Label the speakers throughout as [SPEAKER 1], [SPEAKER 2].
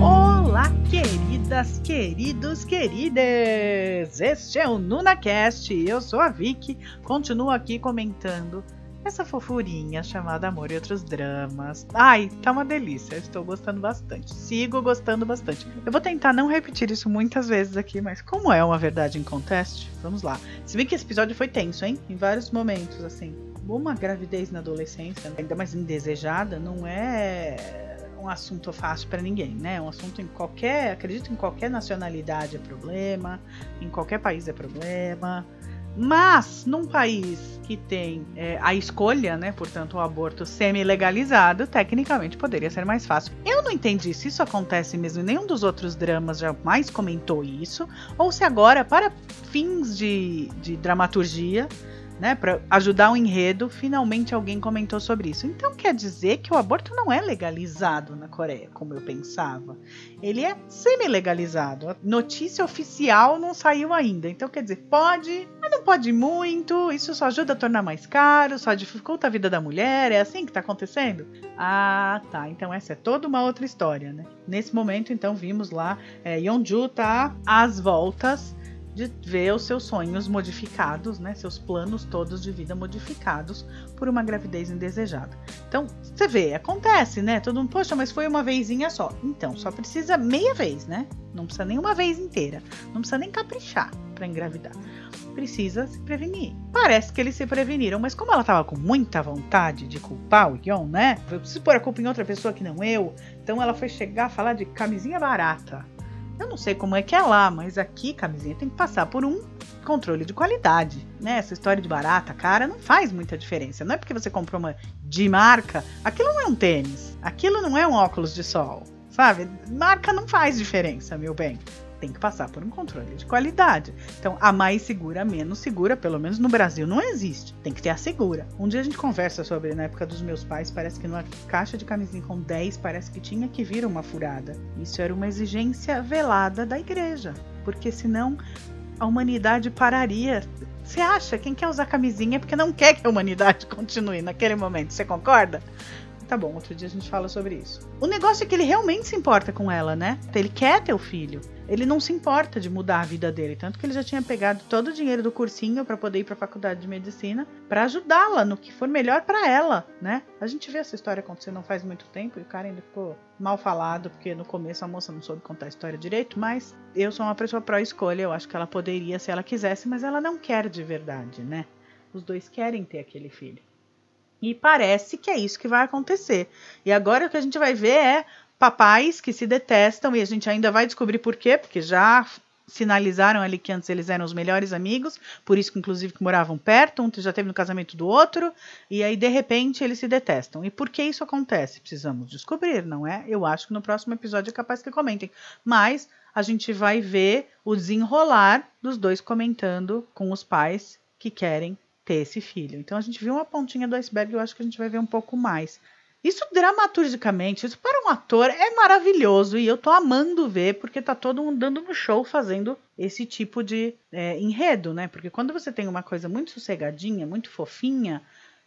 [SPEAKER 1] Olá, queridas, queridos, querides! Este é o NunaCast e eu sou a Vicky. Continuo aqui comentando essa fofurinha chamada Amor e Outros Dramas. Ai, tá uma delícia, eu estou gostando bastante. Sigo gostando bastante. Eu vou tentar não repetir isso muitas vezes aqui, mas como é uma verdade em conteste, vamos lá. Se bem que esse episódio foi tenso, hein? Em vários momentos, assim. Uma gravidez na adolescência, ainda mais indesejada, não é um assunto fácil para ninguém, né? Um assunto em qualquer, acredito em qualquer nacionalidade é problema, em qualquer país é problema. Mas num país que tem é, a escolha, né? Portanto, o aborto semi-legalizado, tecnicamente poderia ser mais fácil. Eu não entendi se isso acontece mesmo, em nenhum dos outros dramas jamais comentou isso, ou se agora, para fins de, de dramaturgia, né, para ajudar o enredo, finalmente alguém comentou sobre isso. Então quer dizer que o aborto não é legalizado na Coreia, como eu pensava. Ele é semi-legalizado. A notícia oficial não saiu ainda. Então quer dizer, pode, mas não pode muito. Isso só ajuda a tornar mais caro, só dificulta a vida da mulher. É assim que tá acontecendo? Ah, tá. Então essa é toda uma outra história, né? Nesse momento, então, vimos lá, é, Yeonju tá às voltas de ver os seus sonhos modificados, né, seus planos todos de vida modificados por uma gravidez indesejada. Então, você vê, acontece, né? Todo mundo, poxa, mas foi uma vezinha só. Então, só precisa meia vez, né? Não precisa nem uma vez inteira. Não precisa nem caprichar para engravidar. Precisa se prevenir. Parece que eles se preveniram, mas como ela tava com muita vontade de culpar o Yon, né? Eu preciso pôr a culpa em outra pessoa que não eu. Então ela foi chegar a falar de camisinha barata. Eu não sei como é que é lá, mas aqui camisinha tem que passar por um controle de qualidade, né? Essa história de barata, cara, não faz muita diferença. Não é porque você comprou uma de marca, aquilo não é um tênis, aquilo não é um óculos de sol, sabe? Marca não faz diferença, meu bem. Tem que passar por um controle de qualidade. Então, a mais segura, a menos segura, pelo menos no Brasil, não existe. Tem que ter a segura. Um dia a gente conversa sobre, na época dos meus pais, parece que numa caixa de camisinha com 10, parece que tinha que vir uma furada. Isso era uma exigência velada da igreja, porque senão a humanidade pararia. Você acha? Quem quer usar camisinha é porque não quer que a humanidade continue naquele momento. Você concorda? Tá bom, outro dia a gente fala sobre isso. O negócio é que ele realmente se importa com ela, né? Ele quer ter o filho. Ele não se importa de mudar a vida dele, tanto que ele já tinha pegado todo o dinheiro do cursinho para poder ir para a faculdade de medicina, para ajudá-la no que for melhor para ela, né? A gente vê essa história acontecer não faz muito tempo e o cara ainda ficou mal falado, porque no começo a moça não soube contar a história direito, mas eu sou uma pessoa pró escolha, eu acho que ela poderia se ela quisesse, mas ela não quer de verdade, né? Os dois querem ter aquele filho. E parece que é isso que vai acontecer. E agora o que a gente vai ver é papais que se detestam e a gente ainda vai descobrir por quê, porque já sinalizaram ali que antes eles eram os melhores amigos, por isso que inclusive que moravam perto, um já teve no casamento do outro, e aí de repente eles se detestam. E por que isso acontece? Precisamos descobrir, não é? Eu acho que no próximo episódio é capaz que comentem, mas a gente vai ver o desenrolar dos dois comentando com os pais que querem ter esse filho. Então a gente viu uma pontinha do iceberg, eu acho que a gente vai ver um pouco mais. Isso dramaturgicamente, isso para um ator é maravilhoso e eu tô amando ver porque tá todo mundo dando no show fazendo esse tipo de é, enredo, né? Porque quando você tem uma coisa muito sossegadinha, muito fofinha,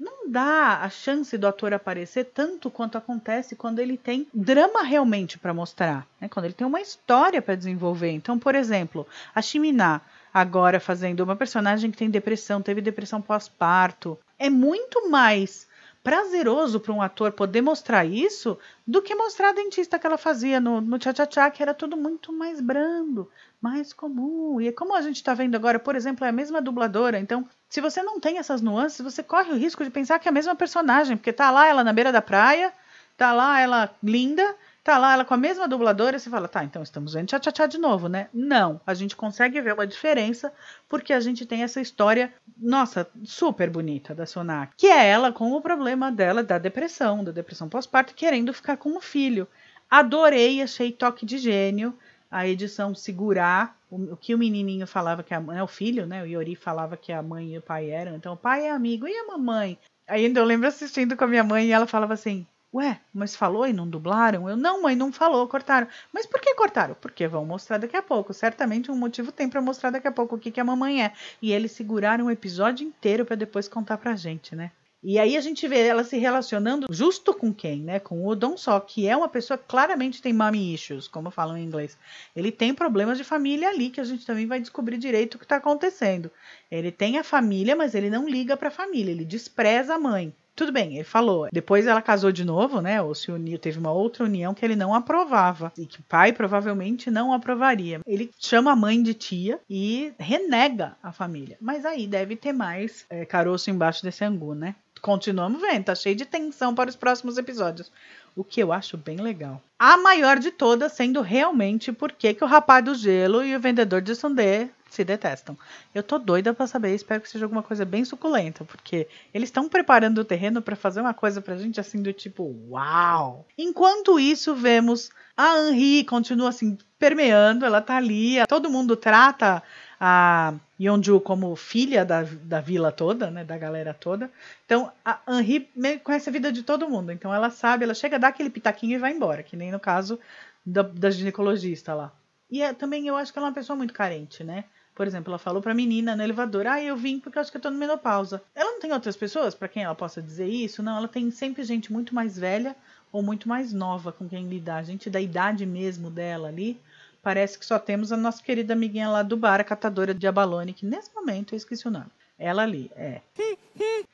[SPEAKER 1] não dá a chance do ator aparecer tanto quanto acontece quando ele tem drama realmente para mostrar, né? Quando ele tem uma história para desenvolver. Então, por exemplo, a Chiminá agora fazendo uma personagem que tem depressão, teve depressão pós-parto, é muito mais prazeroso para um ator poder mostrar isso do que mostrar a dentista que ela fazia no, no Tchá Tchá Tchá, que era tudo muito mais brando, mais comum. E é como a gente está vendo agora, por exemplo, é a mesma dubladora. Então, se você não tem essas nuances, você corre o risco de pensar que é a mesma personagem, porque tá lá ela na beira da praia, tá lá ela linda, tá lá ela com a mesma dubladora, e você fala, tá, então estamos vendo tchá tchá tchá de novo, né? Não, a gente consegue ver uma diferença porque a gente tem essa história, nossa, super bonita da Sonak, que é ela com o problema dela da depressão, da depressão pós-parto, querendo ficar com o filho. Adorei, achei toque de gênio. a edição segurar o, o que o menininho falava que a mãe, é o filho, né? O Yori falava que a mãe e o pai eram. Então, o pai é amigo e a mamãe. Aí ainda eu lembro assistindo com a minha mãe e ela falava assim: Ué, mas falou e não dublaram? Eu, não, mãe, não falou, cortaram. Mas por que cortaram? Porque vão mostrar daqui a pouco. Certamente um motivo tem para mostrar daqui a pouco o que, que a mamãe é. E eles seguraram o episódio inteiro para depois contar pra gente, né? E aí a gente vê ela se relacionando justo com quem, né? Com o Don Só, que é uma pessoa que claramente tem mommy issues, como falam em inglês. Ele tem problemas de família ali, que a gente também vai descobrir direito o que está acontecendo. Ele tem a família, mas ele não liga para a família, ele despreza a mãe. Tudo bem, ele falou. Depois ela casou de novo, né? Ou se uniu, teve uma outra união que ele não aprovava e que o pai provavelmente não aprovaria. Ele chama a mãe de tia e renega a família. Mas aí deve ter mais é, caroço embaixo desse angu, né? continuamos vendo, tá cheio de tensão para os próximos episódios. O que eu acho bem legal. A maior de todas sendo realmente por que o rapaz do gelo e o vendedor de sundê se detestam. Eu tô doida para saber, espero que seja alguma coisa bem suculenta, porque eles estão preparando o terreno para fazer uma coisa pra gente assim do tipo, uau. Enquanto isso, vemos a Henri continua assim permeando, ela tá ali, todo mundo trata a Yeonju como filha da, da vila toda, né, da galera toda. Então, a Henri conhece a vida de todo mundo. Então, ela sabe, ela chega, dá aquele pitaquinho e vai embora, que nem no caso da, da ginecologista lá. E é, também eu acho que ela é uma pessoa muito carente, né? Por exemplo, ela falou pra menina no elevador: Ah, eu vim porque eu acho que eu tô no menopausa. Ela não tem outras pessoas para quem ela possa dizer isso? Não, ela tem sempre gente muito mais velha ou muito mais nova com quem lidar. Gente da idade mesmo dela ali parece que só temos a nossa querida amiguinha lá do bar, a catadora de abalone, que nesse momento eu esqueci o nome. Ela ali, é.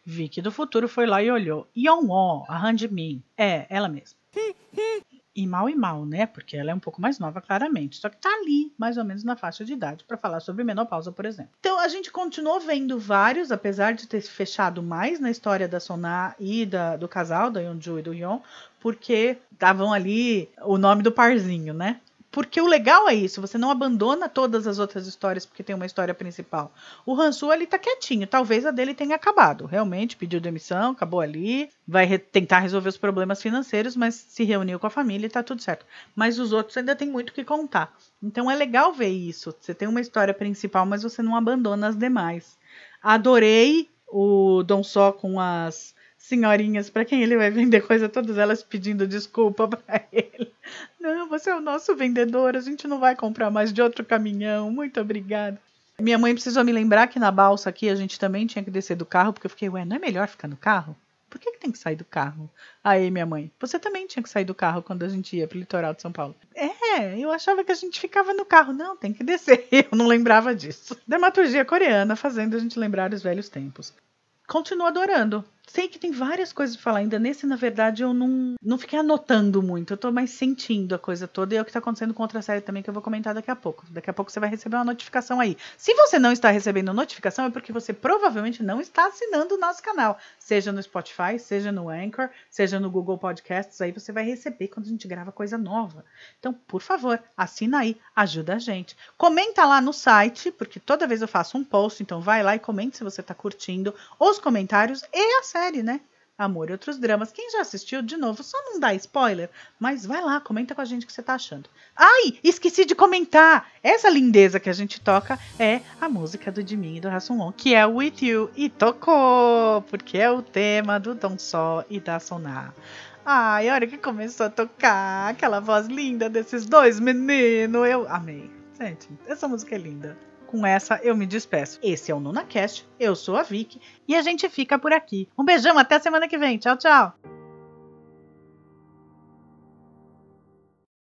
[SPEAKER 1] Vicky do futuro foi lá e olhou. Yon-on, arranje mim. É, ela mesma. E mal e mal, né? Porque ela é um pouco mais nova, claramente. Só que tá ali, mais ou menos na faixa de idade, para falar sobre menopausa, por exemplo. Então a gente continuou vendo vários, apesar de ter fechado mais na história da Soná e da, do casal, da Yeonju e do Yon, porque estavam ali o nome do parzinho, né? porque o legal é isso, você não abandona todas as outras histórias porque tem uma história principal. O Hansu ele tá quietinho, talvez a dele tenha acabado. Realmente pediu demissão, acabou ali, vai re tentar resolver os problemas financeiros, mas se reuniu com a família e tá tudo certo. Mas os outros ainda tem muito que contar. Então é legal ver isso. Você tem uma história principal, mas você não abandona as demais. Adorei o Dom Só com as senhorinhas para quem ele vai vender coisa, todas elas pedindo desculpa para ele. Não, você é o nosso vendedor, a gente não vai comprar mais de outro caminhão. Muito obrigada. Minha mãe precisou me lembrar que na balsa aqui a gente também tinha que descer do carro, porque eu fiquei, ué, não é melhor ficar no carro? Por que, que tem que sair do carro? Aí, minha mãe, você também tinha que sair do carro quando a gente ia pro litoral de São Paulo. É, eu achava que a gente ficava no carro. Não, tem que descer. Eu não lembrava disso. Dramaturgia coreana fazendo a gente lembrar os velhos tempos continuo adorando. Sei que tem várias coisas pra falar ainda. Nesse, na verdade, eu não, não fiquei anotando muito. Eu tô mais sentindo a coisa toda. E é o que tá acontecendo com outra série também, que eu vou comentar daqui a pouco. Daqui a pouco você vai receber uma notificação aí. Se você não está recebendo notificação, é porque você provavelmente não está assinando o nosso canal. Seja no Spotify, seja no Anchor, seja no Google Podcasts. Aí você vai receber quando a gente grava coisa nova. Então, por favor, assina aí. Ajuda a gente. Comenta lá no site, porque toda vez eu faço um post. Então, vai lá e comente se você tá curtindo. Ou comentários e a série, né? Amor e outros dramas. Quem já assistiu, de novo, só não dá spoiler, mas vai lá, comenta com a gente o que você tá achando. Ai, esqueci de comentar! Essa lindeza que a gente toca é a música do Jimin e do Hassunwon, que é With You e tocou, porque é o tema do Don Sol e da Sonar. Ai, olha que começou a tocar aquela voz linda desses dois meninos. Eu amei. Gente, essa música é linda com essa eu me despeço. Esse é o NunaCast, eu sou a Vicky e a gente fica por aqui. Um beijão, até semana que vem. Tchau, tchau!